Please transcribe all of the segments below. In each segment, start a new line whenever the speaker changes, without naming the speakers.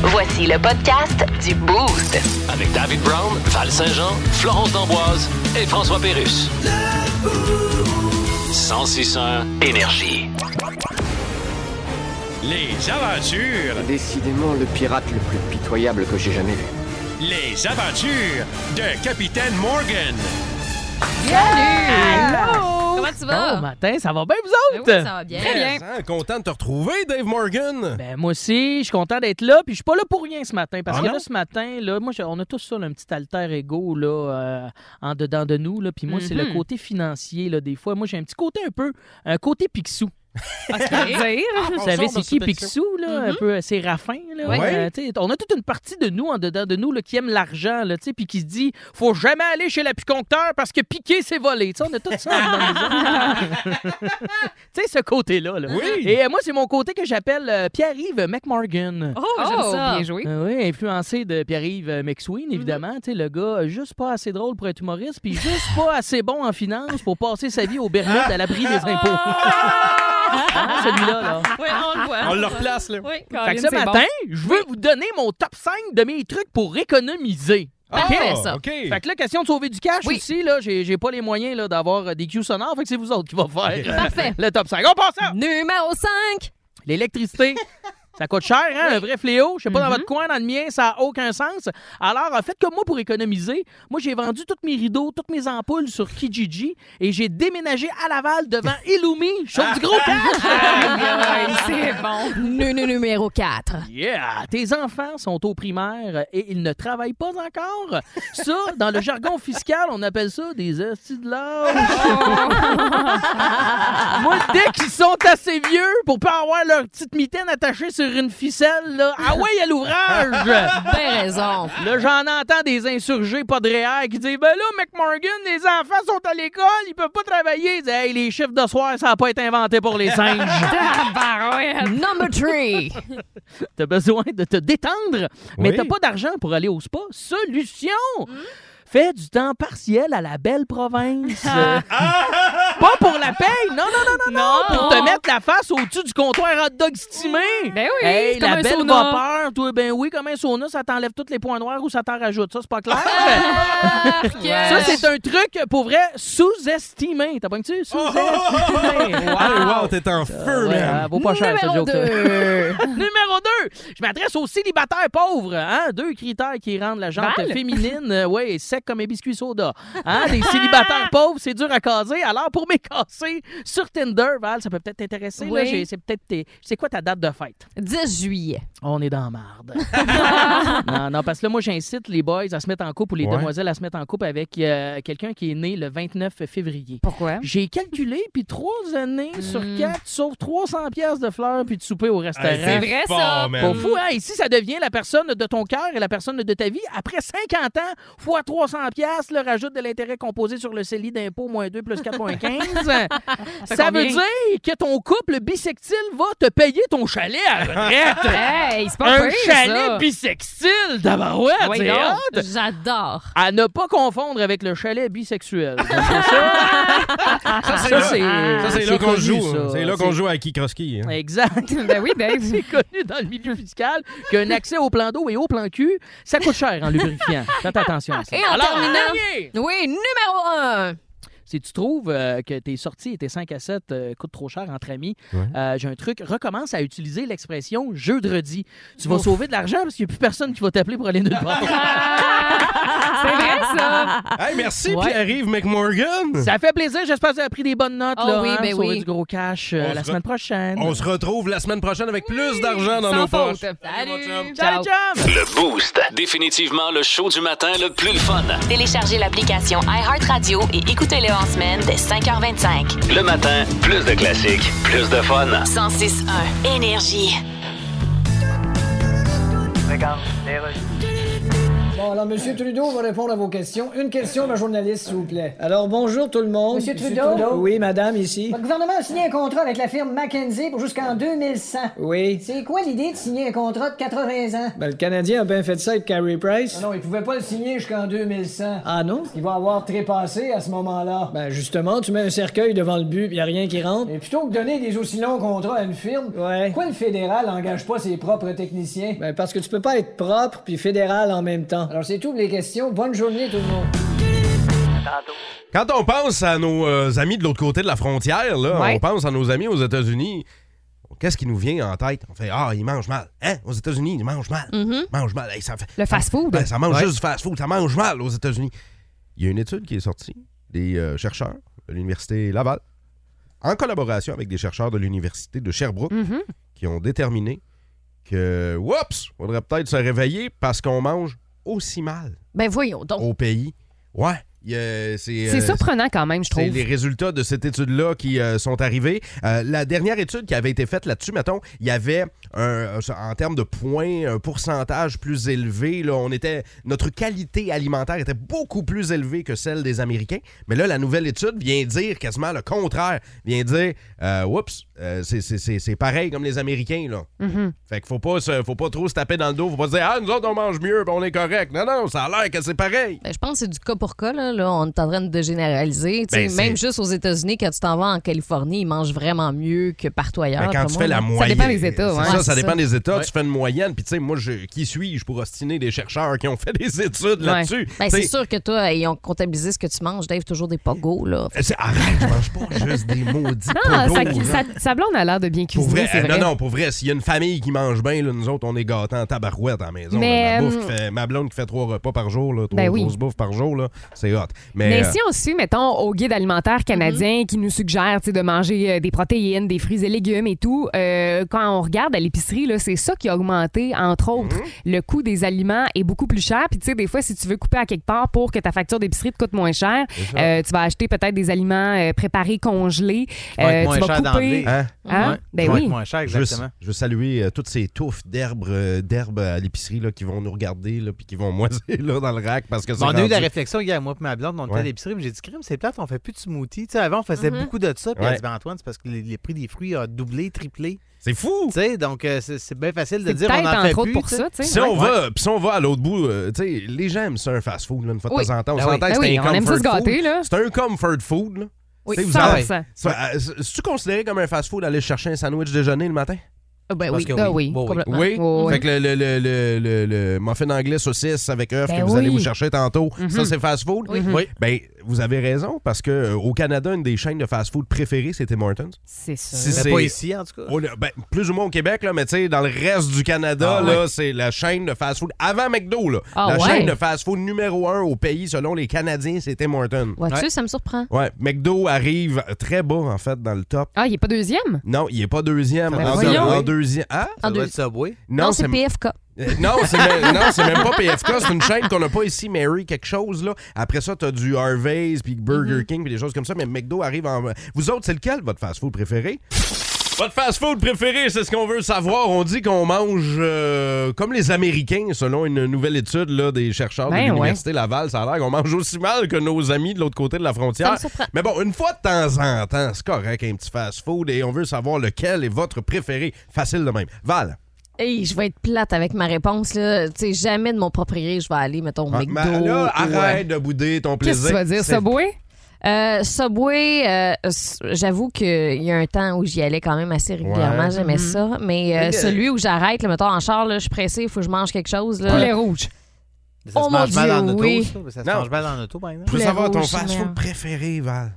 Voici le podcast du Boost.
Avec David Brown, Val Saint-Jean, Florence D'Amboise et François Pérus. 1061 Énergie.
Les aventures,
Décidément le pirate le plus pitoyable que j'ai jamais vu.
les aventures de Capitaine Morgan.
Comment tu vas?
Bon matin, ça va bien
Ben
vous
oui,
autres?
ça va bien. Très bien.
Hein, content de te retrouver, Dave Morgan.
Ben, moi aussi, je suis content d'être là, puis je suis pas là pour rien ce matin, parce
Ah
que
non?
là, ce matin, là, moi, je- on a tous ça, là, un petit alter ego là, euh, en dedans de nous, là, puis moi, c'est le
Mhm.
côté financier, là, des fois. Moi, j'ai un petit côté un peu, un côté Picsou.
Ah,
Vous savez, c'est qui Picsou, là? Un peu, euh, c'est Raffin, là.
Mhm. Ouais.
Euh, tu sais, on a toute une partie de nous, en dedans de nous, là, qui aime l'argent, là, tu sais, puis qui se dit, faut jamais aller chez l'apiconcteur parce que piquer, c'est voler. Tu sais, on a tout ça en dedans de nous autres. Tu sais, ce côté-là, là.
Oui.
Et euh, moi, c'est mon côté que j'appelle euh, Pierre-Yves McMorgan.
Oh, j'aime ça.
bien joué.
Euh, oui, influencé de Pierre-Yves euh,
Mhm.
McSween, évidemment. Tu sais, le gars, euh, juste pas assez drôle pour être humoriste, puis juste pas assez bon en finance pour passer sa vie au Bermudes à l'abri des impôts. Hein, Celui-là, là.
Oui, on le voit.
Ah.
On le replace, là.
Oui,
Fait
Caroline,
que ce
c'est bon.
matin, je veux vous donner mon top 5 de mes trucs pour économiser.
Parfait,
Ah,
ça.
OK.
Fait que là, question de sauver du cash
Oui.
aussi, là, j'ai j'ai pas les moyens là, d'avoir euh, des cues sonores, fait que c'est vous autres qui va faire euh,
Parfait.
le top 5. On passe ça!
Numéro 5.
L'électricité, ça coûte cher, hein? Un vrai fléau. Je sais pas, dans votre coin, dans le mien, ça n'a aucun sens. Alors, euh, faites comme moi pour économiser. Moi, j'ai vendu tous mes rideaux, toutes mes ampoules sur Kijiji et j'ai déménagé à Laval devant Illumi. Je trouve du gros cash!
c'est bon. numéro 4.
Yeah! Tes enfants sont au primaire et ils ne travaillent pas encore. Ça, dans le jargon fiscal, on appelle ça des hosties de lâche. Moi, dès qu'ils sont assez vieux pour pas avoir leur petite mitaine attachée sur une ficelle, là, ah ouais, il y a l'ouvrage!
Ben raison.
Là, j'en entends des insurgés pas de réel qui disent Ben là, McMorgan, les enfants sont à l'école, ils peuvent pas travailler. Ils disent, hey, les chiffres de soir, ça a pas été inventé pour les singes.
Number 3.
T'as besoin de te détendre, mais
Oui.
t'as pas d'argent pour aller au spa. Solution!
Hum?
Fais du temps partiel à la belle province. Euh, pas pour la paye, non, non, non, non, non, pour te mettre la face au-dessus du comptoir hot dog stimé.
Ben oui,
Hey,
c'est
la
comme un
belle
sauna.
vapeur, toi, ben oui, comme un sauna, ça t'enlève tous les points noirs ou ça t'en rajoute. Ça, c'est pas clair. Ça, c'est un truc, pour vrai, sous-estimé. T'as pas tu Sous-estimé.
Ah, wow, t'es en feu,
Ouais,
man.
elle vaut pas cher, ce
Numéro
joke-là.
2.
Numéro 2, je m'adresse aux célibataires pauvres. Hein? Deux critères qui rendent la jante
Val?
féminine euh, ouais, sec comme un biscuit soda. Hein? Des célibataires pauvres, c'est dur à caser. Alors, pour mes casser sur Tinder, Val, ça peut peut-être t'intéresser. là.
Oui.
J'ai- C'est peut-être tes- c'est quoi ta date de fête?
10 juillet.
On est dans la marde. non, non, parce que là, moi, j'incite les boys à se mettre en couple ou les
Ouais.
demoiselles à se mettre en couple avec euh, quelqu'un qui est né le 29 février.
Pourquoi?
J'ai calculé, puis trois années sur
Hmm.
quatre, sauf 300 pièces de fleurs puis de souper au restaurant.
Hey,
C'est vrai,
fort,
ça.
man.
Pas fou, hein? Ici, ça devient la personne de ton cœur et la personne de ta vie. Après 50 ans, fois 300 piastres, le rajoute de l'intérêt composé sur le CELI d'impôt, moins 2 plus 4,15. ça
combien?
veut dire que ton couple bisextile va te payer ton chalet à la retraite.
Hey, c'est pas
Un
pire,
chalet
ça.
bisextile, d'abord, ouais,
Oui,
c'est
non.
hot.
J'adore.
À ne pas confondre avec le chalet bisexuel. C'est ça? Ça, c'est
Ça,
Ah,
c'est là qu'on
connu,
joue. hein.
ça.
C'est là qu'on joue à Kikroski. hein.
Exact.
Ben oui, ben
C'est connu dans le milieu fiscal qu'un accès au plan d'eau et au plan cul, ça coûte cher en lubrifiant. Faites attention à ça.
Et en
Alors,
terminant-
dernier!
Oui, numéro 1.
si tu trouves euh, que tes sorties et tes 5 à 7 euh, coûtent trop cher entre amis,
Ouais.
euh, j'ai un truc. Recommence à utiliser l'expression jeudredi. Tu vas sauver de l'argent parce qu'il n'y a plus personne qui va t'appeler pour aller nulle part.
C'est vrai, ça.
Hey, merci,
Ouais.
Pierre-Yves McMorgan.
ça fait plaisir. J'espère que tu as pris des bonnes notes.
Oh
là,
oui,
hein,
ben
sauver
oui.
du gros cash euh,
On
la
se re-
semaine prochaine.
On se retrouve la semaine prochaine avec plus d'argent dans nos
Sans
poches.
faute. Salut.
Ciao, chum!
Le Boost. Définitivement le show du matin le plus le fun.
Téléchargez l'application iHeartRadio et écoutez-le en semaine dès 5h25.
Le matin, plus de classiques, plus de fun.
106.1 Énergie.
Bon, alors, Monsieur Trudeau va répondre à vos questions. Une question d'un journaliste, s'il vous plaît. Alors, bonjour tout le monde. Monsieur Trudeau. Oui, madame, ici. Euh,
Le gouvernement a signé un contrat avec la firme McKenzie pour jusqu'en 2100.
Oui.
C'est quoi l'idée de signer un contrat de 80 ans? Ah
Ben, le Canadien a bien fait ça avec Carey Price.
non, il pouvait pas le signer jusqu'en 2100.
Ah non?
Il va avoir trépassé à ce moment-là.
Ben, justement, tu mets un cercueil devant le but, il y a rien qui rentre.
Et plutôt que donner des aussi longs contrats à une firme,
Ouais.
pourquoi le fédéral engage pas ses propres techniciens?
Ben, parce que tu peux pas être propre puis fédéral en même temps.
Alors, c'est tout pour les questions. Bonne journée, tout le monde.
Quand on pense à nos euh, amis de l'autre côté de la frontière, là,
Ouais.
on pense à nos amis aux États-Unis, qu'est-ce qui nous vient en tête? On fait Ah, ils mangent mal. Hein? Aux États-Unis, ils mangent mal. Ils mangent mal. Hey, ça fait-
Mhm. Le fast-food.
Ben, ça mange juste du fast-food. Ça mange mal aux États-Unis. Il y a une étude qui est sortie des euh, chercheurs de l'Université Laval, en collaboration avec des chercheurs de l'Université de Sherbrooke,
Mhm.
Mm-hmm.
qui ont déterminé que, oups, faudrait peut-être se réveiller parce qu'on mange aussi mal
Ben voyons donc.
Oh.
au pays. Ouais. il y a- C'est
C'est
euh,
surprenant quand même, je
c'est
trouve.
les résultats de cette étude-là qui euh, sont arrivés. Euh, la dernière étude qui avait été faite là-dessus, mettons, il y avait un, en termes de points, un pourcentage plus élevé. Là, on était, notre qualité alimentaire était beaucoup plus élevée que celle des Américains. Mais là, la nouvelle étude vient dire quasiment le contraire. Vient dire, euh, oups, euh, c'est- c'est- c'est c'est pareil comme les Américains. Là.
Mm-hmm.
Fait qu'il faut pas, se- faut pas trop se taper dans le dos. Faut pas se dire, ah, nous autres, on mange mieux, puis on est correct. Non, non, ça a l'air que c'est pareil.
Ben, je pense que c'est du cas pour cas. Là. Là, on est en train de généraliser. Tu sais,
Ben, c'est-
même juste aux États-Unis, quand tu t'en vas en Californie, ils mangent vraiment mieux que partout ailleurs.
Ben, quand
d'après
tu
moi,
fais la
là.
moyenne.
hein. dépend des États,
C'est
ouais.
Ça,
Ouais,
ça
c'est
dépend
ça.
des États. Tu fais une moyenne. Puis, tu sais, moi, je, qui suis-je pour ostiner des chercheurs qui ont fait des études
Ouais.
là-dessus?
Ben,
Tu
c'est
sais,
sûr que toi, ils ont comptabilisé ce que tu manges, Dave, toujours des pogos. Là.
c'est- Arrête, je mange pas juste des maudits
Ah,
podos,
sa,
là.
hein.
sa- sa blonde a l'air de bien
Pour
cuisiner,
vrai,
c'est
euh,
vrai.
non, non, pour vrai, s'il y a une famille qui mange bien, là, nous autres, on est gâtés en tabarouette à la maison.
Mais,
là. ma, bouffe
euh,
qui fait- ma blonde qui fait trois repas par jour, là, trois
Ben oui.
grosses bouffes par jour, là, c'est hot. Mais,
Mais
euh,
si on suit, mettons, au guide alimentaire canadien
Mm-hmm.
qui nous suggère tu sais, de manger euh, des protéines, des fruits et légumes et tout, euh, quand on regarde à l'épicerie, là, c'est ça qui a augmenté, entre autres.
Mm-hmm.
Le coût des aliments est beaucoup plus cher. Puis, tu sais, des fois, si tu veux couper à quelque part pour que ta facture d'épicerie te coûte moins cher, euh, tu vas acheter peut-être des aliments euh, préparés, congelés.
va être
Euh,
moins
tu vas
cher
couper.
d'enlever.
hein,
Hein?
Ouais.
Ben
Ça va
oui.
être moins cher,
je, veux,
exactement.
je veux saluer euh, toutes ces touffes d'herbes euh, d'herbes à l'épicerie là, qui vont nous regarder là, puis qui vont moiser là, dans le rack parce que c'est
Bon, on a eu de la
rendu-
réflexion hier, moi et ma blonde, on était
Ouais.
à l'épicerie, puis j'ai dit, crime, c'est plate, on fait plus de smoothie. Tu sais, avant, on faisait
Mm-hmm.
beaucoup de ça, puis elle
Ouais.
dit, ben Antoine, c'est parce que les, les prix des fruits a doublé, triplé.
C'est fou!
Tu sais, donc euh, c'est c'est bien facile de
C'est
dire, on
peut-être,
en fait
entre autres,
plus,
pour
tu sais.
ça, tu sais. Ben
Si
Ouais.
on, va, pis si on va à l'autre bout, euh, tu sais, les gens aiment ça un fast-food, là, une fois de
Oui.
temps en temps. On
Ben oui.
s'entend
Ben
que c'est
oui,
un
on aime
comfort
ça se gâter,
food.
là.
C'est un comfort food, là.
Oui,
Tu sais, vous
100%.
avez- Ça, euh, C'est-tu considéré comme un fast-food aller chercher un sandwich déjeuner le matin?
Ah, Ben oui,
Parce que
Ah
oui.
oui,
Bon, oui.
complètement.
Oui.
Oh, oui.
Fait que le, le, le, le, le- le muffin anglais saucisse avec œuf
Ben
que vous allez
oui.
vous chercher tantôt,
Mm-hmm.
ça c'est fast-food?
Oui.
Oui.
Ben, vous avez raison, parce que euh, au Canada, une des chaînes de fast-food préférées, c'était Morton's.
C'est ça.
Si
Mais Ben, pas ici, en tout cas.
Oh, là, ben, plus ou moins au Québec, là, mais tu sais, dans le reste du Canada,
Ah,
là, c'est la chaîne de fast-food. Avant McDo, là,
Ah,
la
ouais.
chaîne de fast-food numéro un au pays, selon les Canadiens, c'était Morton.
Vois-tu, ça me surprend.
Ouais, McDo arrive très bas, en fait, dans le top.
Ah, il n'est pas deuxième?
Non, il est pas deuxième.
Ben,
En,
voyons.
en deuxième. Ah?
Ça
En
doit
deux-
être Subway.
Non, c'est
même-
PFK.
euh, non, c'est même, non, c'est même pas PFK, c'est une chaîne qu'on n'a pas ici, Mary, quelque chose. là. Après ça, t'as du Harvey's, puis Burger
Mhm.
King, puis des choses comme ça, mais McDo arrive en... Vous autres, c'est lequel, votre fast-food préféré? Votre fast-food préféré, c'est ce qu'on veut savoir. On dit qu'on mange euh, comme les Américains, selon une nouvelle étude là, des chercheurs
Ben ouais.
de l'Université Laval. Ça a l'air qu'on mange aussi mal que nos amis de l'autre côté de
Ça
la
me
frontière.
surprend.
Mais bon, une fois de temps en temps, c'est correct, un petit fast-food, et on veut savoir lequel est votre préféré. Facile de même. Val.
Hey, je vais être plate avec ma réponse. Là. Tu sais, jamais de mon propre gré, je vais aller, mettons, au
Ah,
McDo.
mais là,
ou, euh,
arrête de bouder ton plaisir.
Qu'est-ce que tu vas dire,
C'est-
Subway?
Euh, Subway, euh, s- j'avoue qu'il y a un temps où j'y allais quand même assez régulièrement.
Ouais.
J'aimais ça. Mais euh, celui où j'arrête, le mettons en char, là, je suis pressée, il faut que je mange quelque chose. Là.
Poulet rouge.
Ça
Oh,
se mange
mon
mal
Dieu,
en auto,
oui.
ça. Ça se
Non.
mange mal en auto, par exemple.
Je veux
Poulet
savoir ton
rouge,
fast-food
merde.
préféré, Val.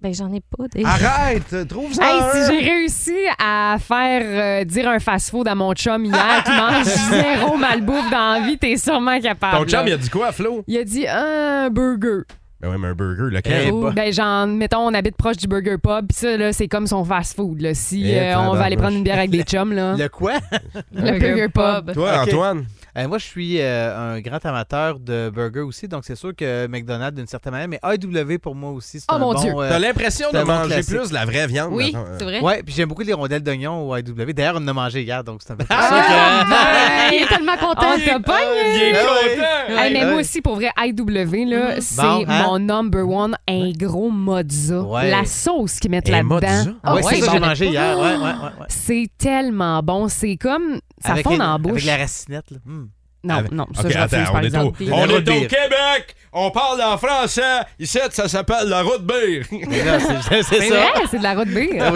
Ben, j'en ai pas. Des...
Arrête, trouve ça.
Hey, si
un.
j'ai réussi à faire euh, dire un fast-food à mon chum hier qui mange zéro malbouffe dans la vie, t'es sûrement capable.
Ton chum,
là.
il a dit quoi, Flo?
il a dit un burger.
Ben ouais, mais un burger,
Eh,
lequel?
Ou,
bah.
ben, genre, mettons, on habite proche du burger pub, pis ça, là, c'est comme son fast-food. Là. Si
Eh,
euh, on va
tabarnouche.
aller
Hein?
prendre une bière avec des chums, là,
Le quoi?
le burger pub.
Toi,
Ok.
Antoine?
Euh, moi, je suis euh, un grand amateur de burgers aussi, donc c'est sûr que McDonald's, d'une certaine manière, mais AW pour moi aussi, c'est
Oh,
un
mon
bon...
Dieu. T'as l'impression
c'est
de
un bon
manger
classique.
plus de la vraie viande, Oui, mettons, euh. c'est vrai.
Ouais, puis j'aime beaucoup les rondelles d'oignon au AW. D'ailleurs, on en a mangé hier, donc c'est un peu...
Ah, il est tellement content,
Ah,
il te
il-
pogne.
ah, il est
Hey,
content.
hey, mais
Ouais.
moi aussi, pour vrai, IW, là,
Mhm.
c'est
Bon, hein?
mon number one, un gros mozza.
Ouais.
La sauce qu'ils mettent
Un
là-dedans.
mozza? Ouais, c'est ça que
j'en
j'ai
ai
mangé
pas.
hier. Ouais, ouais, ouais, ouais.
C'est tellement bon. C'est comme. Ça
Avec
fond
une-
dans la
Avec
bouche.
la racinette, là. Hmm.
Non,
Avec-
Ah, non, ça,
Ok,
je refuse,
attends,
par
on est au-
exemple.
on
La
est
route
au
bière.
Québec! On parle en français! Ici, ça s'appelle la route bière!
c'est
C'est vrai, c'est de la route B.
Ah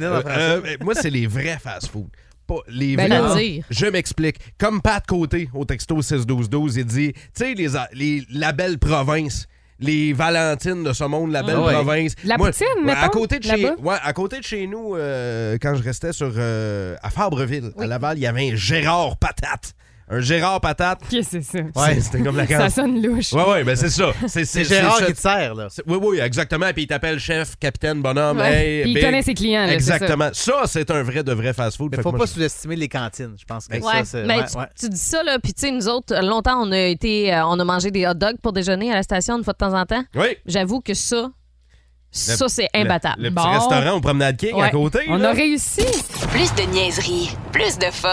Euh, euh, moi, c'est les vrais fast-food. Pas les
Ben,
vrais.
le dire.
Je m'explique. Comme Pat Côté au texto 6-12-12, il dit Tu sais, les, a- les, la belle province. Les Valentines de ce monde, la belle
Ah ouais.
province.
La poutine,
ouais, à
mettons,
côté de chez,
là-bas.
ouais, à côté de chez nous, euh, quand je restais sur euh, à Fabreville, à Laval, il y avait un Gérard Patate. Un Gérard Patate.
Qu'est-ce que c'est ça?
Ouais, c'était comme la
Ça sonne louche.
Ouais, ouais, ben c'est ça.
C'est Gérard qui te
sert, là. Oui, oui, exactement. Puis il t'appelle chef, capitaine, bonhomme.
Ouais.
hey,
Puis il
big.
connaît ses clients, là, c'est ça.
Exactement. Ça, c'est un vrai de vrai fast-food.
Mais
Fait que
faut
moi,
pas
je- Ben,
sous-estimer les cantines, je pense que
Ouais,
ça, c'est...
mais
ouais,
Ben, tu,
ouais.
tu dis ça, là, puis tu sais, nous autres, longtemps, on a été, euh, on a mangé des hot dogs pour déjeuner à la station une fois de temps en temps.
Oui.
J'avoue que ça,
Le-
ça, c'est
le-
imbattable.
Le, petit restaurant au promenade King à
Ouais.
côté.
On
là.
a réussi.
Plus de niaiserie, plus de fun.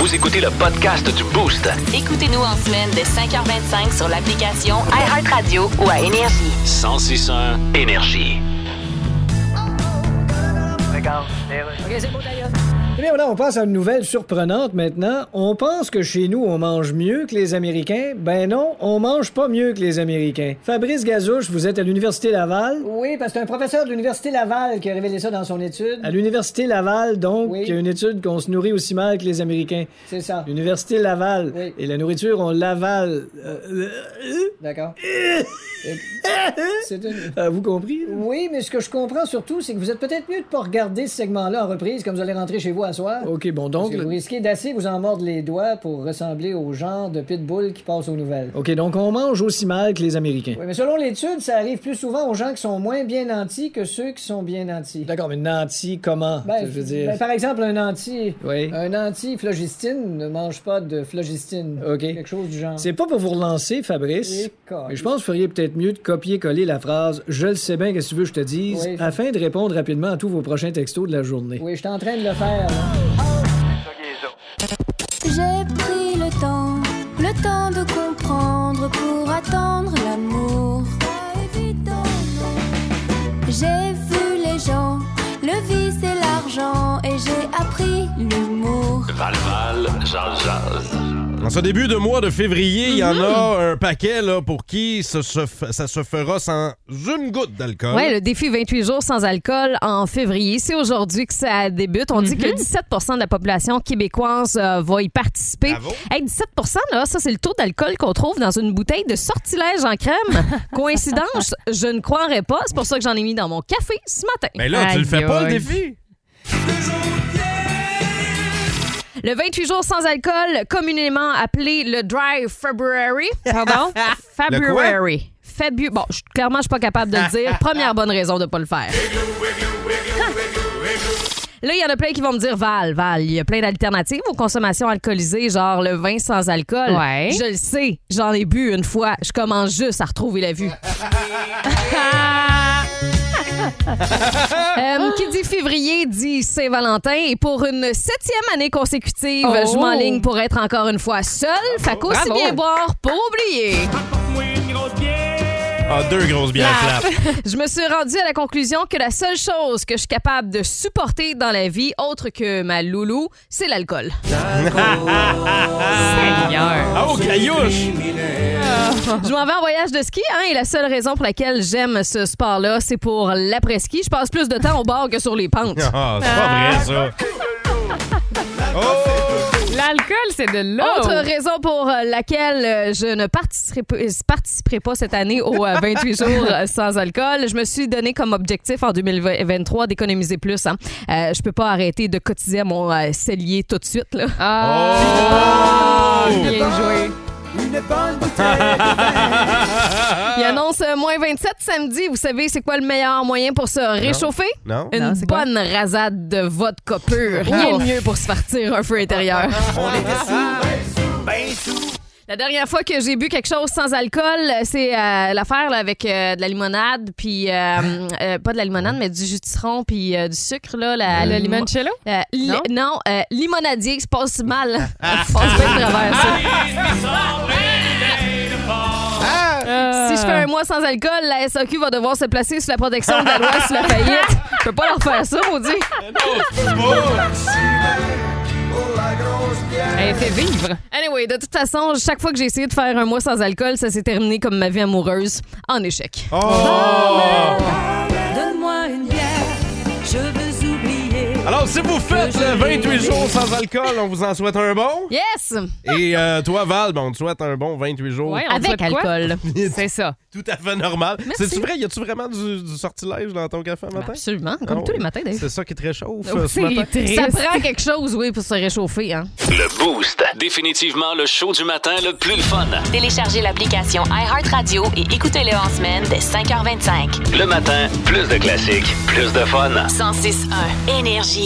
Vous écoutez le podcast du Boost.
Écoutez-nous en semaine de 5h25 sur l'application iHeartRadio ou à Énergie.
1061 Énergie.
Eh bien, voilà, on passe à une nouvelle surprenante maintenant. On pense que chez nous, on mange mieux que les Américains. Ben non, on mange pas mieux que les Américains. Fabrice Gazouche, vous êtes à l'Université Laval.
Oui, parce que c'est un professeur de l'Université Laval qui a révélé ça dans son étude.
À l'Université Laval, donc,
Oui.
il y a une étude qu'on se nourrit aussi mal que les Américains.
C'est ça.
L'Université Laval.
Oui.
Et la nourriture, on l'avale. Euh, euh,
D'accord. C'est une...
euh, vous compris? là?
Oui, mais ce que je comprends surtout, c'est que vous êtes peut-être mieux de pas regarder ce segment-là en reprise comme vous allez rentrer chez vous à soir.
OK, bon,
Parce
donc...
que vous risquez d'assez vous en mordre les doigts pour ressembler au genre de pitbull qui passe aux nouvelles.
OK, donc on mange aussi mal que les Américains.
Oui, mais selon l'étude, ça arrive plus souvent aux gens qui sont moins bien nantis que ceux qui sont bien nantis.
D'accord, mais nanti, comment?
Ben,
je veux dire...
ben, par exemple, un anti,
Oui.
un anti phlogistine ne mange pas de phlogistine.
OK.
Quelque chose du genre.
C'est pas pour vous relancer, Fabrice.
École.
Mais je pense que vous feriez peut-être mieux de copier-coller la phrase Je le sais bien, qu'est-ce que tu veux que je te dise,
Oui, je-
afin de répondre rapidement à tous vos prochains textos de la journée.
Oui, je suis en train de le faire. là.
J'ai pris le temps, le temps de comprendre pour attendre l'amour. J'ai vu les gens, le vice et l'argent, et j'ai appris l'humour.
Valval, jazz, jazz.
En ce début de mois de février, il y
Mm-hmm.
en a un paquet là, pour qui ça se, f- ça se fera sans une goutte d'alcool.
Ouais, le défi 28 jours sans alcool en février, c'est aujourd'hui que ça débute. On dit que 17 de la population québécoise euh, va y participer. Hey, 17 là, ça c'est le taux d'alcool qu'on trouve dans une bouteille de sortilège en crème. Coïncidence, je ne croirais pas. C'est pour ça que j'en ai mis dans mon café ce matin.
Mais Ben là, tu le fais pas, le
Aïe,
défi.
Le 28 jours sans alcool, communément appelé le Dry February. Pardon? February. Fabu- Bon, je- clairement, je suis pas capable de le dire. Première bonne raison de pas le faire. Là, il y en a plein qui vont me dire Val, Val, il y a plein d'alternatives aux consommations alcoolisées, genre le vin sans alcool.
Ouais.
Je le sais, j'en ai bu une fois. Je commence juste à retrouver la vue. Euh, qui dit février dit Saint-Valentin et pour une septième année consécutive,
Oh.
je m'enligne pour être encore une fois seule. Fait qu'aussi
Bravo.
bien boire pour oublier.
Ah, deux grosses bières
Ah.
flaps.
Je me suis rendue à la conclusion que la seule chose que je suis capable de supporter dans la vie, autre que ma loulou, c'est l'alcool.
Ah, oh, caillouche!
Ah. Je m'en vais en voyage de ski, hein, et la seule raison pour laquelle j'aime ce sport-là, c'est pour l'après-ski. Je passe plus de temps au bord que sur les pentes.
Ah, c'est pas vrai, Oh! ça.
Ah. L'alcool, c'est de l'eau. Autre
Oh.
raison pour euh, laquelle euh, je ne participerai, p- euh, participerai pas cette année aux euh, 28 jours euh, sans alcool, je me suis donné comme objectif en 2023 d'économiser plus. Hein. Euh, je peux pas arrêter de cotiser à mon euh, cellier tout de suite. Là.
Ah.
Ah,
Ah,
Bien
Oh.
joué.
Oh!
Il annonce euh, moins 27 samedi. Vous savez, c'est quoi le meilleur moyen pour se réchauffer?
Non.
Une
Non, c'est quoi?
bonne rasade de vodka pur. Rien de mieux pour se partir un feu intérieur.
On était sous,
La dernière fois que j'ai bu quelque chose sans alcool, c'est euh, l'affaire là, avec euh, de la limonade, puis euh, euh, pas de la limonade, mais du jus de citron, puis euh, du sucre. Là,
Ben
la,
Le
la limo-
limoncello?
Euh, li-
Non?
non, euh, limonadier, ça passe mal. Ça passe bien de travers, ça. Ah! Si je fais un mois sans alcool, la SAQ va devoir se placer sous la protection de la loi sur la faillite. Je peux pas leur faire ça, maudit.
Elle fait vivre.
Anyway, de toute façon, chaque fois que j'ai essayé de faire un mois sans alcool, ça s'est terminé comme ma vie amoureuse, en échec.
Oh.
Donne-moi une bière, je veux oublier.
Alors, si vous faites le 28 jours sans alcool, on vous en souhaite un bon.
Yes!
Et euh, toi, Val, ben, on te souhaite un bon 28 jours.
Ouais, on te souhaite quoi?
C'est
ça.
Tout à fait normal.
Merci.
C'est-tu vrai? Y a-tu vraiment du, du sortilège dans ton café matin? Ah
absolument, comme tous les matins, d'ailleurs.
Oh C'est ça qui te réchauffe
Oh,
euh, ce matin.
Ça prend quelque chose, oui, pour se réchauffer. Hein.
Le Boost. Définitivement le show du matin le plus le fun.
Téléchargez l'application iHeartRadio et écoutez-le en semaine dès 5h25.
Le matin, plus de classiques, plus de fun.
106.1 Énergie.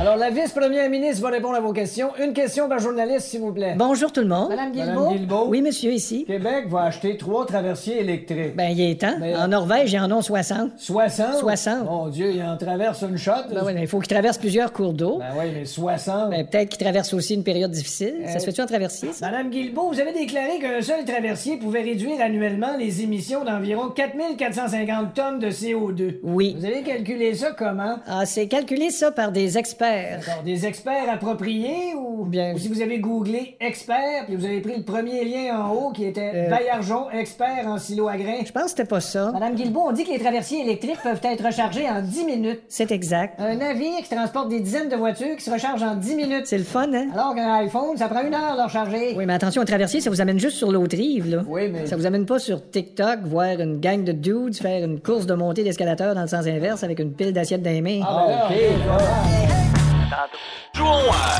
Alors, la vice-première ministre va répondre à vos questions. Une question par journaliste, s'il vous plaît.
Bonjour tout le monde.
Madame Guilbeault?
Oui, monsieur, ici.
Québec va acheter trois traversiers électriques.
Ben, il
hein?
est temps. En Norvège, ils en ont 60.
60?
60.
Mon Dieu, il en traverse une shot.
Ben oui, mais il faut qu'ils traversent plusieurs cours d'eau.
Ben oui, mais 60.
Ben, peut-être qu'ils traversent aussi une période difficile. Ça se fait-tu en traversier, ça?
Madame Guilbeault, vous avez déclaré qu'un seul traversier pouvait réduire annuellement les émissions d'environ 4450 tonnes de CO2.
Oui.
Vous avez calculé ça comment?
Ah, c'est calculé ça par des experts. Eh
D'accord, des experts appropriés ou bien si vous avez googlé expert puis vous avez pris le premier lien en haut qui était
Euh.
Baillargeon expert en silo à grains.
Je pense que c'était pas ça.
Madame Guilbeault, on dit que les traversiers électriques peuvent être rechargés en 10 minutes.
C'est exact.
Un navire qui transporte des dizaines de voitures qui se recharge en 10 minutes.
C'est le fun, hein?
Alors qu'un iPhone, ça prend une heure de recharger.
Oui, mais attention, un traversier, ça vous amène juste sur l'autre rive, là.
Oui, mais-
Ça vous amène pas sur TikTok, voir une gang de dudes faire une course de montée d'escalateur dans le sens inverse avec une pile d'assiettes dans les mains.
Ah, ben là, ok, là.
Jouons à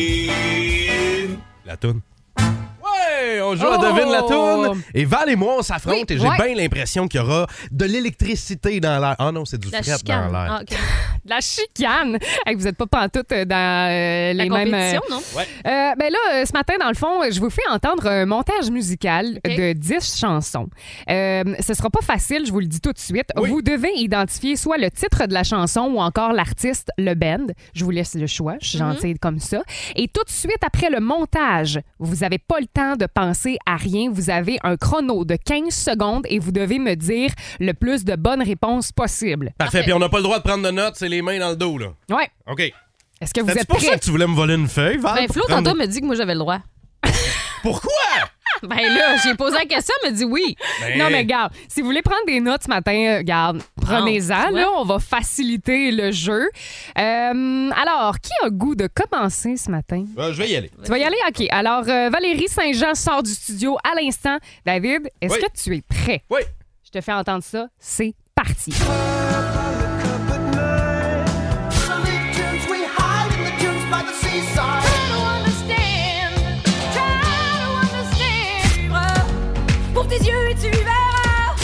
Devine
La toune. Ouais, on joue à Devine la toune. Et Val et moi, on s'affronte
Oh. Oui,
et j'ai
ouais.
bien l'impression qu'il y aura de l'électricité dans l'air. Ah non, c'est du
La
fret dans
chicane.
Ah,
l'air.
De
Oh.
la chicane. Hey, vous n'êtes pas pantoute euh, dans euh, les mêmes.
compétition,
euh,
non?
Ouais.
Euh, ben là, euh, ce matin, dans le fond, euh, je vous fais entendre un montage musical
OK.
de 10 chansons. Euh, ce sera pas facile, je vous le dis tout de suite. Vous devez identifier soit le titre de la chanson ou encore l'artiste, le band. Je vous laisse le choix, je suis
Mhm.
gentille comme ça. Et tout de suite après le montage, vous n'avez pas le temps de penser à rien. Vous avez un chrono de 15 secondes et vous devez me dire le plus de bonnes réponses possible.
Parfait, puis on n'a pas le droit de prendre de notes, c'est les mains dans le dos, là.
Ouais.
OK.
Est-ce que vous
C'est
êtes
pour ça
prêts?
que tu voulais me voler une feuille, Val?
Ben,
pour
Flo,
prendre
tantôt,
des-
me dit que moi, j'avais le droit.
Pourquoi?
Ben là, j'ai posé la question, elle me dit oui.
Ben-
Non, mais garde, si vous voulez prendre des notes ce matin, euh, garde, prenez-en.
tu vois.
Là, on va faciliter le jeu. Euh, alors, qui a goût de commencer ce matin?
Ben, je vais y aller.
Tu vas y aller? OK. Alors, euh, Valérie Saint-Jean sort du studio à l'instant. David, est-ce
Oui.
que tu es prêt?
Oui.
Je te fais entendre ça. C'est parti.
Pour tes yeux, tu verras.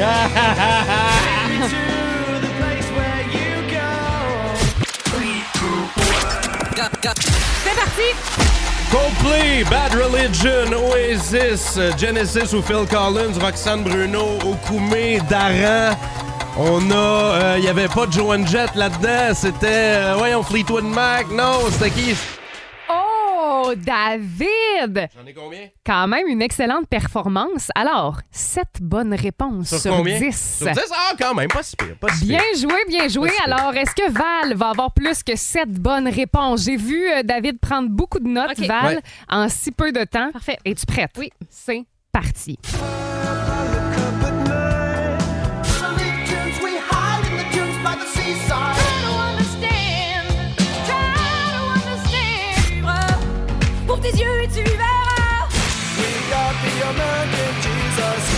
Ah,
C'est parti!
Coldplay, Bad Religion, Oasis, euh, Genesis ou Phil Collins, Roxane Bruno, Okoumé, Daran. On a. Il n'y avait pas de Joan Jett là-dedans. C'était. euh, voyons, Fleetwood Mac. Non, c'était qui?
Oh, David!
J'en ai combien?
Quand même une excellente performance. Alors, sept bonnes réponses sur,
combien?
10.
Sur 10? Ah, quand même, pas si pire. Pas si
Bien
pire.
joué, bien joué.
Merci.
Alors, est-ce que Val va avoir plus que sept bonnes réponses? J'ai vu euh, David prendre beaucoup de notes,
OK.
Val,
Ouais.
en si peu de temps. Parfait. Es-tu prête? Oui. C'est parti.
Pour tes yeux, tu verras. We got the American Jesus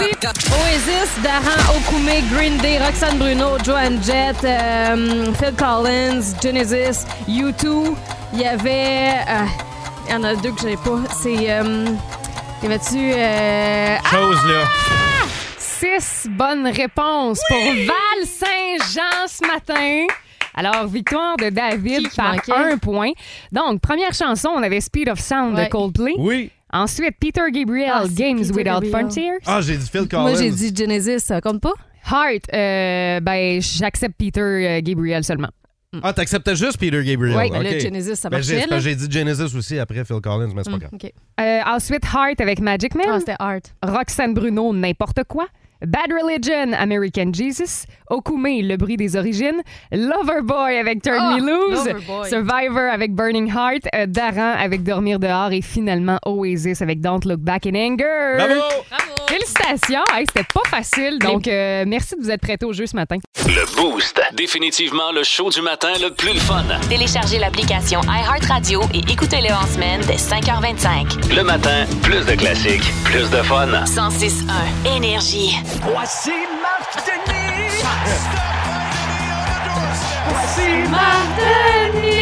Oasis, Daran Okoumé, Green Day, Roxane Bruno, Joan Jett, euh, Phil Collins, Genesis, U2. Il y avait. euh, Il y en a deux que je n'ai pas. C'est. euh, il y avait-tu. euh, ah!
Chose, là.
Six bonnes réponses pour Val Saint-Jean ce matin. Alors, victoire de David par un point. Donc, première chanson, on avait Speed of Sound
Ouais.
de Coldplay.
Oui.
Ensuite, Peter Gabriel, Games
Peter
Without
Gabriel.
Frontiers.
Ah, j'ai dit Phil Collins.
Moi, j'ai dit Genesis, ça compte pas?
Heart, euh, ben, j'accepte Peter euh, Gabriel seulement.
Ah, t'acceptais juste Peter Gabriel.
Oui, ben
OK.
là, Genesis, ça
Ben, j'ai-
marchait,
c'est parce que
là.
J'ai dit Genesis aussi après Phil Collins, mais c'est pas grave.
Euh, ensuite, Heart avec Magic
Ah, Hein?
Man. Roxane Bruno, n'importe quoi. Bad Religion, American Jesus. Okume, le bruit des origines. Loverboy avec Turn
Ah,
Me Loose.
Loverboy.
Survivor avec Burning Heart. Euh, Daran avec Dormir dehors. Et finalement, Oasis avec Don't Look Back in Anger.
Bah.
Bravo!
Félicitations! Hey, C'était pas facile. Donc, euh, merci de vous être prêtés au jeu ce matin.
Le Boost. Définitivement le show du matin le plus le fun.
Téléchargez l'application iHeartRadio et écoutez-le en semaine dès 5h25.
Le matin, plus de classiques, plus de fun.
106.1 Énergie. Voici Marc Denis. Voici Marc Denis.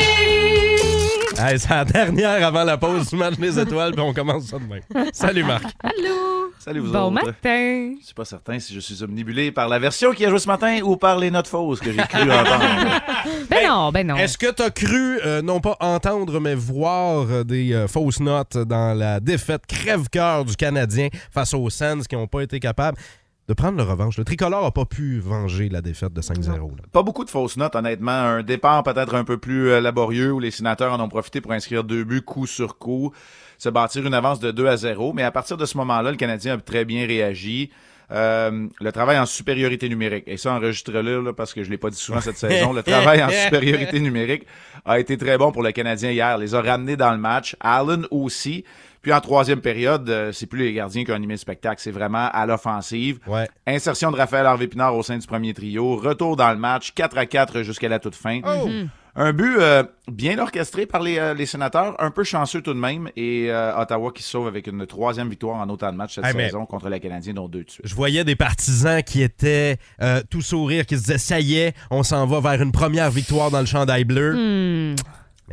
Hey, c'est la dernière avant la pause du match des étoiles, puis on commence ça demain. Salut Marc.
Allô!
Salut vous
bon
autres.
matin!
Je suis pas certain si je suis omnibulé par la version qui a joué ce matin ou par les notes fausses que j'ai cru entendre.
Ben non, ben non.
Est-ce que t'as cru, euh, non pas entendre, mais voir euh, des euh, fausses notes dans la défaite crève-cœur du Canadien face aux Sens qui n'ont pas été capables de prendre leur revanche? Le tricolore n'a pas pu venger la défaite de 5-0. là.
Pas beaucoup de fausses notes, honnêtement. Un départ peut-être un peu plus euh, laborieux où les sénateurs en ont profité pour inscrire deux buts coup sur coup, se bâtir une avance de 2 à 0. Mais à partir de ce moment-là, le Canadien a très bien réagi. Euh, le travail en supériorité numérique. Et ça, enregistre-le là, parce que je l'ai pas dit souvent cette saison. Le travail en supériorité numérique a été très bon pour le Canadien hier. Les a ramenés dans le match. Allen aussi. Puis en troisième période, euh, c'est plus les gardiens qui ont animé le spectacle, c'est vraiment à l'offensive. Insertion de Raphaël Harvey Pinard au sein du premier trio. Retour dans le match, 4 à 4 jusqu'à la toute fin.
Oh! Mhm.
Un but euh, bien orchestré par les, euh, les sénateurs, un peu chanceux tout de même, et euh, Ottawa qui se sauve avec une troisième victoire en autant de matchs cette
Hey, mais-
saison contre les Canadiens, dont deux de suite.
Je voyais des partisans qui étaient euh, tout sourire, qui se disaient ça y est, on s'en va vers une première victoire dans le chandail bleu.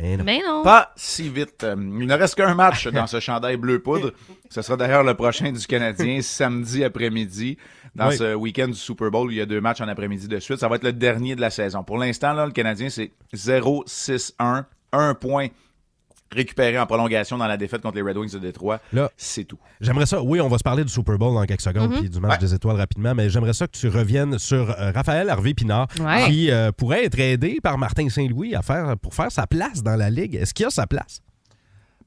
Mais non.
Mais non.
Pas si vite. Euh, Il ne reste qu'un match dans ce chandail bleu poudre. Ce sera d'ailleurs le prochain du Canadien samedi après-midi. Dans
Oui.
ce week-end du Super Bowl, il y a deux matchs en après-midi de suite. Ça va être le dernier de la saison. Pour l'instant, là, le Canadien, c'est 0-6-1. Un point récupéré en prolongation dans la défaite contre les Red Wings de Détroit.
Là,
c'est tout.
J'aimerais ça. Oui, on va se parler du Super Bowl dans quelques secondes
Mhm.
puis du match des étoiles rapidement, mais j'aimerais ça que tu reviennes sur euh, Raphaël Harvey Pinard
Ouais.
qui euh, pourrait être aidé par Martin Saint-Louis à faire pour faire sa place dans la ligue. Est-ce qu'il a sa place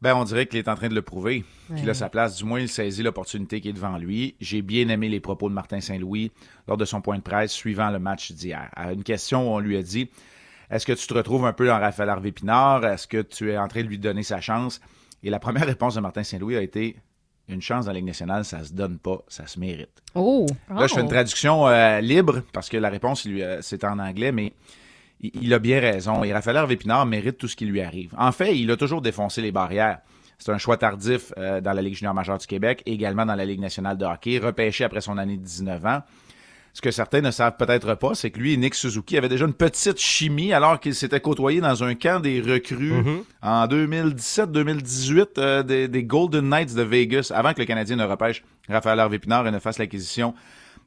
Ben, on dirait qu'il est en train de le prouver, qu'il
Ouais.
a sa place. Du moins, il saisit l'opportunité qui est devant lui. J'ai bien aimé les propos de Martin Saint-Louis lors de son point de presse suivant le match d'hier. À une question, on lui a dit Est-ce que tu te retrouves un peu dans Raphaël Harvey Pinard Est-ce que tu es en train de lui donner sa chance Et la première réponse de Martin Saint-Louis a été Une chance dans la Ligue nationale, ça se donne pas, ça se mérite.
Oh!
Là, je fais une traduction euh, libre parce que la réponse, lui, euh, c'est en anglais, mais il, il a bien raison. Et Raphaël Harvey Pinard mérite tout ce qui lui arrive. En fait, il a toujours défoncé les barrières. C'est un choix tardif euh, dans la Ligue junior majeure du Québec, également dans la Ligue nationale de hockey, repêché après son année de 19 ans. Ce que certains ne savent peut-être pas, c'est que lui et Nick Suzuki avaient déjà une petite chimie alors qu'ils s'étaient côtoyés dans un camp des recrues
Mhm.
en 2017-2018 euh, des, des Golden Knights de Vegas avant que le Canadien ne repêche Raphaël Harvey Pinard et ne fasse l'acquisition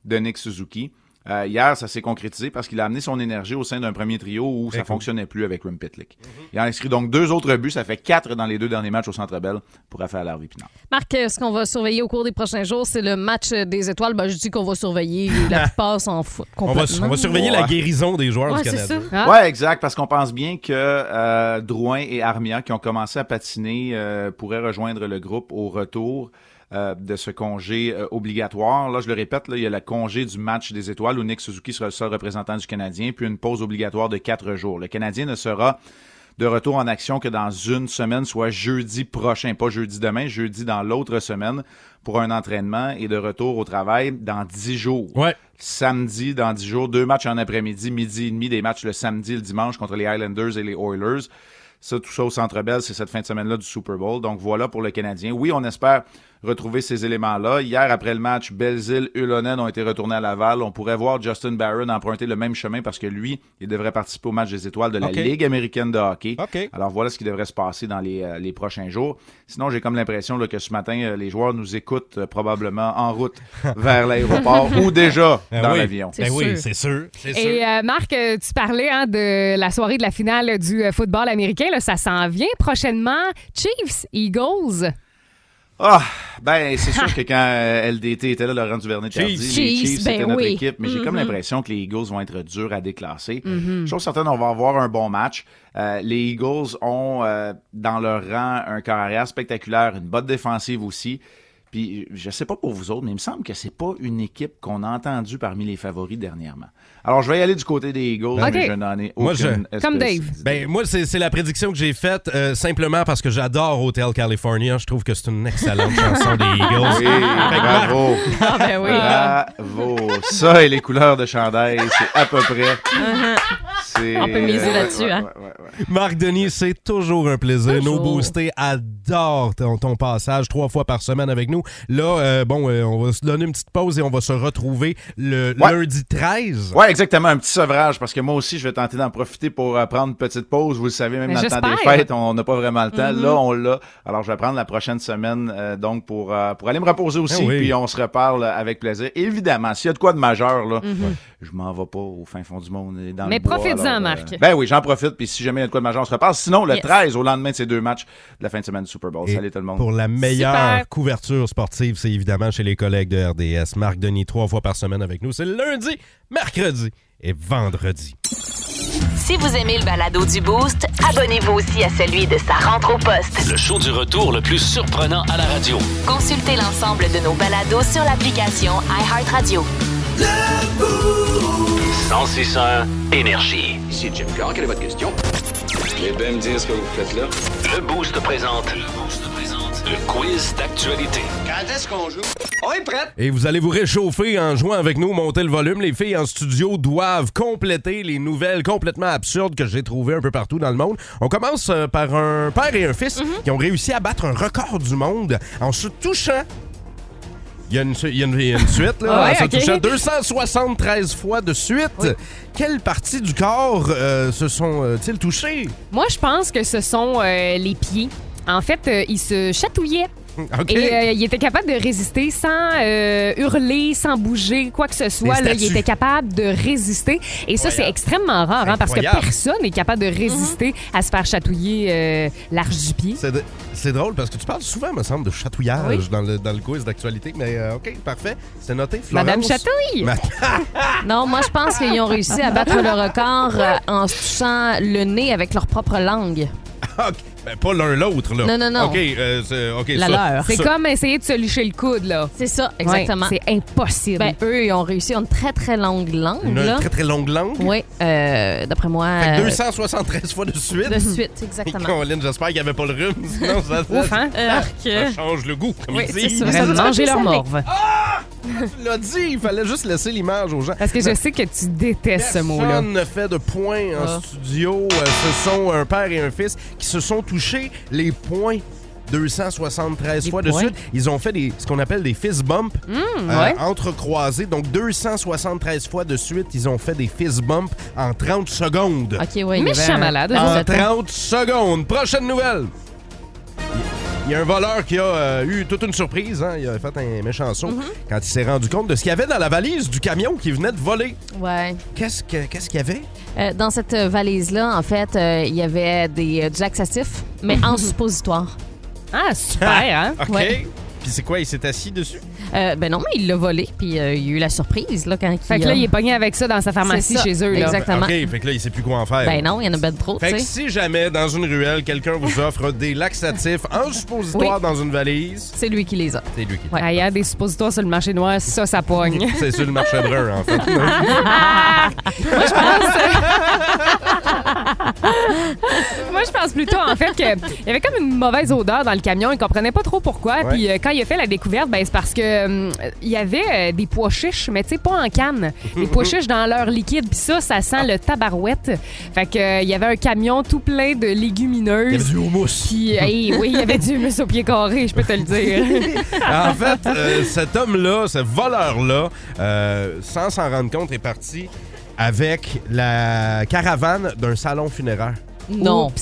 de Nick Suzuki. Euh, hier, ça s'est concrétisé parce qu'il a amené son énergie au sein d'un premier trio où ça
Très cool.
fonctionnait plus avec Rim Pitlick. Il a inscrit donc deux autres buts, ça fait quatre dans les deux derniers matchs au Centre Bell pour Raphaël Harvey Pinard.
Marc, euh, ce qu'on va surveiller au cours des prochains jours, c'est le match euh, des étoiles. Ben, je dis qu'on va surveiller. La plupart s'en foutent
on va,
complètement.
on va surveiller la
Ouais.
guérison des joueurs
Ouais,
du
c'est
Canada.
ça. Ah.
Ouais, exact, parce qu'on pense bien que euh, Drouin et Armia, qui ont commencé à patiner, euh, pourraient rejoindre le groupe au retour euh, de ce congé euh, obligatoire. Là, je le répète, là, il y a le congé du match des étoiles où Nick Suzuki sera le seul représentant du Canadien, puis une pause obligatoire de quatre jours. Le Canadien ne sera de retour en action que dans une semaine, soit jeudi prochain, pas jeudi demain, jeudi dans l'autre semaine pour un entraînement et de retour au travail dans 10 jours. Samedi, dans 10 jours, deux matchs en après-midi, midi et demi, des matchs le samedi et le dimanche contre les Highlanders et les Oilers. Ça, tout ça au Centre Bell, c'est cette fin de semaine-là du Super Bowl. Donc voilà pour le Canadien. Oui, on espère retrouver ces éléments-là. Hier, après le match, Belzil, Ulonen ont été retournés à Laval. On pourrait voir Justin Barron emprunter le même chemin parce que lui, il devrait participer au match des étoiles de la
OK.
Ligue américaine de hockey. Alors voilà ce qui devrait se passer dans les, euh, les prochains jours. Sinon, j'ai comme l'impression là, que ce matin, euh, les joueurs nous écoutent euh, probablement en route vers l'aéroport ou déjà
Eh
Ben
dans
oui.
l'avion.
Ben oui, c'est sûr. C'est sûr.
Et euh, Marc, euh, tu parlais hein, de la soirée de la finale du euh, football américain. Là, ça s'en vient prochainement. Chiefs, Eagles.
Ah, ben, c'est sûr que quand euh, LDT était là, Laurent Duvernay t'a dit, les
Chiefs.
Chiefs,
Chiefs,
c'était
ben
notre
oui.
équipe, mais j'ai comme
Mhm.
l'impression que les Eagles vont être durs à déclasser.
Mhm.
Je suis certain qu'on va avoir un bon match. Euh, les Eagles ont euh, dans leur rang un corps arrière spectaculaire, une botte défensive aussi. Puis, je sais pas pour vous autres, mais il me semble que c'est pas une équipe qu'on a entendue parmi les favoris dernièrement. Alors, je vais y aller du côté des Eagles,
Ben,
mais je n'en ai aucune
Moi, je-
espèce
Ben, moi, c'est c'est la prédiction que j'ai faite euh, simplement parce que j'adore Hotel California. Je trouve que c'est une excellente chanson des Eagles.
Oui,
Fait que, Marc,
bravo.
Ah, ben oui.
Bravo. Ça et les couleurs de chandail, c'est à peu près. C'est-
Uh-huh. On peut miser
ouais,
là-dessus,
ouais,
hein.
ouais, ouais, ouais.
Marc Denis, c'est toujours un plaisir.
Toujours.
Nos boostés adorent ton, ton passage trois fois par semaine avec nous. Là, euh, bon, euh, on va se donner une petite pause et on va se retrouver le
Ouais.
lundi 13.
Ouais, exactement, un petit sevrage, parce que moi aussi, je vais tenter d'en profiter pour euh, prendre une petite pause. Vous le savez, même
Mais
dans le temps des
j'espère.
fêtes, on n'a pas vraiment le temps.
Mm-hmm.
Mhm.
Là, on l'a. Alors, je vais prendre la prochaine semaine, euh, donc, pour, euh, pour aller me reposer aussi,
Ah oui.
puis on se reparle avec plaisir. Évidemment, s'il y a de quoi de majeur, là,
Mhm.
je m'en vais pas au fin fond du monde. et Dans
Mais
le bois,
profites-en,
alors, euh,
Marc.
ben oui, j'en profite, puis si jamais il y a de quoi de majeur, on se reparle. Sinon, le
Yes.
13, au lendemain de ces deux matchs de la fin de semaine du Super Bowl. Salut tout le monde.
Pour la meilleure
Super.
couverture sportive, c'est évidemment chez les collègues de RDS. Marc Denis, trois fois par semaine avec nous. C'est lundi, mercredi et vendredi.
Si vous aimez le balado du Boost, abonnez-vous aussi à celui de sa rentre au poste.
Le show du retour le plus surprenant à la radio.
Consultez l'ensemble de nos balados sur l'application iHeartRadio.
1061 Énergie.
Ici Jim Carr, quelle est votre question? Eh bien, me dire ce que vous faites là.
Le Boost présente. Le Boost présente. Le quiz d'actualité. Quand est-ce qu'on joue? On est prêt.
Et vous allez vous réchauffer en jouant avec nous, monter le volume. Les filles en studio doivent compléter les nouvelles complètement absurdes que j'ai trouvées un peu partout dans le monde. On commence euh, par un père et un fils
Mhm.
qui ont réussi à battre un record du monde en se touchant. Il y a une, su- il y a une- il y a une suite, là.
Ah ouais,
en se
ok.
touchant 273 fois de suite. Quelle partie du corps euh, se sont-ils touchés?
Moi, je pense que ce sont euh, les pieds. En fait, euh, ils se chatouillaient.
OK.
Et euh, il était capable de résister sans euh, hurler, sans bouger, quoi que ce soit.
Des
là, il
statues.
était capable de résister. Et ça, c'est extrêmement rare, hein, parce que
Incroyable. Mm-hmm.
personne n'est capable de résister à se faire chatouiller euh, l'arche du pied.
C'est de- C'est drôle parce que tu parles souvent, me semble, de chatouillage dans, le, dans le quiz d'actualité. Mais euh, OK, parfait. C'est noté, Florence.
Madame Chatouille. Non, moi, je pense qu'ils ont réussi à battre le record euh, en se touchant le nez avec leur propre langue.
OK. Ben, pas l'un l'autre, là.
Non, non, non.
OK, euh, c'est- OK,
La
ça-
leur.
C'est
ça-
comme essayer de se licher le coude, là.
C'est ça, exactement.
c'est impossible.
Ben, eux, ils ont réussi. Ils ont une très, très longue langue.
Une
là.
très, très longue langue.
Oui, euh, d'après moi.
Fait que
euh,
273 fois de suite.
De suite, exactement.
Caroline, j'espère qu'il n'y avait pas le rhume. Sinon, ça, ça-
Ouf, hein?
ça-
Arc.
ça change le goût, comme
Oui,
ils
c'est
disent.
ça. Ça doit manger leur morve.
Tu l'as dit, il fallait juste laisser l'image aux gens.
Parce que je sais que tu détestes ce mot-là.
Personne ne fait de points en
Ah.
studio. Euh, Ce sont un père et un fils qui se sont touchés les points 273 fois
points?
de suite. Ils ont fait des, ce qu'on appelle des fist bumps euh,
ouais.
entrecroisés. Donc 273 fois de suite, ils ont fait des fist bumps en 30 secondes.
OK, Ah, ouais, il y avait
Méchant
un- malade, je
En
sais pas.
30 secondes. Prochaine nouvelle. Il y a un voleur qui a euh, eu toute une surprise. hein. Il a fait un méchant saut quand il s'est rendu compte de ce qu'il y avait dans la valise du camion qui venait de voler.
Ouais.
Qu'est-ce que- qu'est-ce qu'il y avait?
Euh, dans cette euh, valise-là, en fait, euh, il y avait des, euh, du laxatif, mais en suppositoire.
Ah, super, hein?
OK.
Ouais.
Puis c'est quoi? Il s'est assis dessus?
Euh, ben non, mais il l'a volé, puis euh, il y a eu la surprise là, quand il.
Fait que là, il est pogné avec ça dans sa pharmacie
C'est ça,
chez eux. Là.
Exactement.
Ben, OK, fait que là, il sait plus quoi en faire.
Ben non, il y en a ben trop, tu
Fait que
sais.
si jamais, dans une ruelle, quelqu'un vous offre des laxatifs en suppositoire
Oui.
dans une valise,
c'est lui qui les a.
C'est lui qui
Ah, Il y a des suppositoires sur le marché noir, ça, ça pogne.
C'est sur le marché brun, en fait.
Moi, je pense. Moi, je pense plutôt, en fait, qu'il y avait comme une mauvaise odeur dans le camion. Ils comprenaient pas trop pourquoi.
Ouais.
Puis euh, quand il a fait la découverte, ben, c'est parce que hum, il y avait euh, des pois chiches, mais tu sais, pas en canne. Des pois chiches dans leur liquide. Puis ça, ça sent le tabarouette. Fait que euh, il y avait un camion tout plein de
Il
légumineuses.
y avait du houmous.
Puis, hey, oui, il y avait du humus au pied carré, je peux te le dire.
en fait, euh, cet homme-là, ce voleur-là, euh, sans s'en rendre compte, est parti avec la caravane d'un salon funéraire.
Non.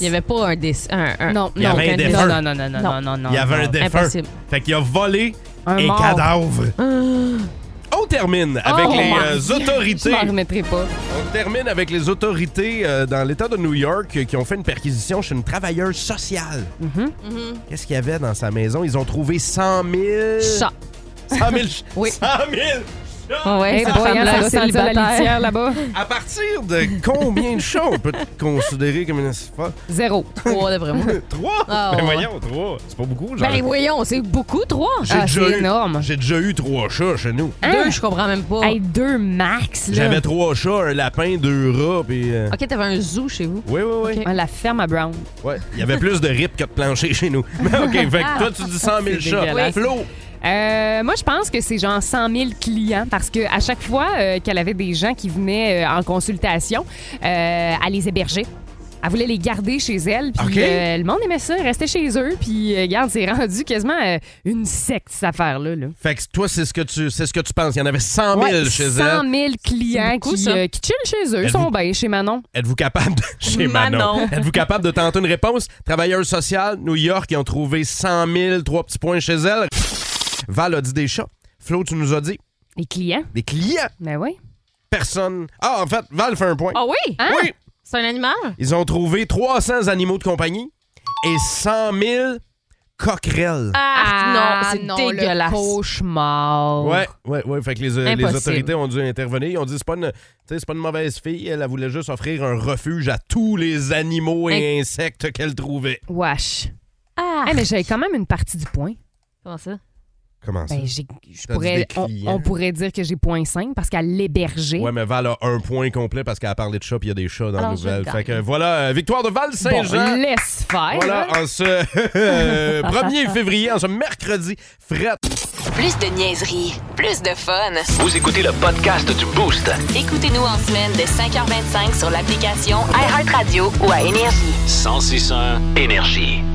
Il n'y avait pas un décès. Non,
Il y avait un défunt.
non, non, non, non, non, non, non.
Il y avait un
non.
défunt.
Ah, Impossible.
Fait qu'il a volé un,
mort. Ah.
cadavre. On termine avec
Oh
les
my
euh,
Dieu.
autorités.
Je m'en remettrai pas.
On termine avec les autorités euh, dans l'État de New York euh, qui ont fait une perquisition chez une travailleuse sociale.
Mm-hmm.
Qu'est-ce qu'il y avait dans sa maison? Ils ont trouvé 100 000...
Chats. Oh.
100 000... ch- 100 000 chats!
Ouais,
Eh
cette
boy, hein,
femme-là
ça doit sentir la
célibataire.
litière là-bas.
À partir de combien de chats on peut te considérer comme une...
Zéro.
Trois, d'après moi.
Trois?
Ah,
ben
ouais.
voyons, trois. C'est pas beaucoup, genre.
Ben Ah, voyons, c'est beaucoup, trois.
J'ai
Ah,
déjà eu- J'ai déjà eu trois chats chez nous.
Hein? Deux, je comprends même pas.
Hein? deux max,
J'avais trois chats, un lapin, deux rats, puis... euh,
OK, t'avais un zoo chez vous.
Oui, oui, oui.
Ah, La ferme à Brown.
Ouais, il y avait plus de rips que de planchers chez nous. Mais OK, fait que toi, tu dis 100 000
C'est
chats.
dégueulasse.
Flo,
Euh, moi, je pense que c'est genre 100 000 clients parce que à chaque fois euh, qu'elle avait des gens qui venaient euh, en consultation, euh, elle les hébergeait. Elle voulait les garder chez elle, puis
OK.
euh, le monde aimait ça, ils restaient chez eux, puis euh, regarde, c'est rendu quasiment euh, une secte, cette affaire-là. là.
Fait que toi, c'est ce que tu, c'est ce que tu penses. Il y en avait 100 000
Ouais,
chez
100
elle.
000 clients
beaucoup,
qui,
ça.
euh, qui chillent chez eux,
Êtes-vous-
sont bien chez Manon.
Êtes-vous capable de... chez Manon?
Manon.
Êtes-vous capable de tenter une réponse? Travailleurs sociales, New York, ils ont trouvé 100 000 trois petits points chez elle. Val a dit des chats. Flo, tu nous as dit
Les clients.
des clients.
Ben oui.
Personne. Ah, en fait, Val fait un point.
Ah oui? Hein?
Oui.
C'est un animal?
Ils ont trouvé 300 animaux de compagnie et 100 000 coquerelles.
Ah, non, c'est
le
dégueulasse.
cauchemar.
Ouais, ouais, ouais. Fait que les, euh, les
Impossible.
autorités ont dû intervenir. Ils ont dit c'est pas une, tu sais, c'est pas une mauvaise fille. Elle, elle voulait juste offrir un refuge à tous les animaux
Ben-
et insectes qu'elle trouvait.
Wesh. Ah! mais j'avais quand même une partie du point.
Comment ça?
Comment ça?
Ben, j'ai- je
T'as dit
pourrais-
des
on,
clients.
on pourrait dire que j'ai point 5 parce qu'elle l'hébergeait.
Ouais, mais Val a un point complet parce qu'elle a parlé de chat puis il y a des chats dans la
Alors, je
nouvelle.
gagne.
Fait que voilà, euh, victoire de Val Saint-Jean.
Bon, laisse faire.
voilà, en ce 1er février, en ce mercredi, fret.
Plus de niaiserie, plus de fun.
Vous écoutez le podcast du Boost.
Écoutez-nous en semaine de 5h25 sur l'application iHeartRadio ou à Énergie.
1061 Énergie.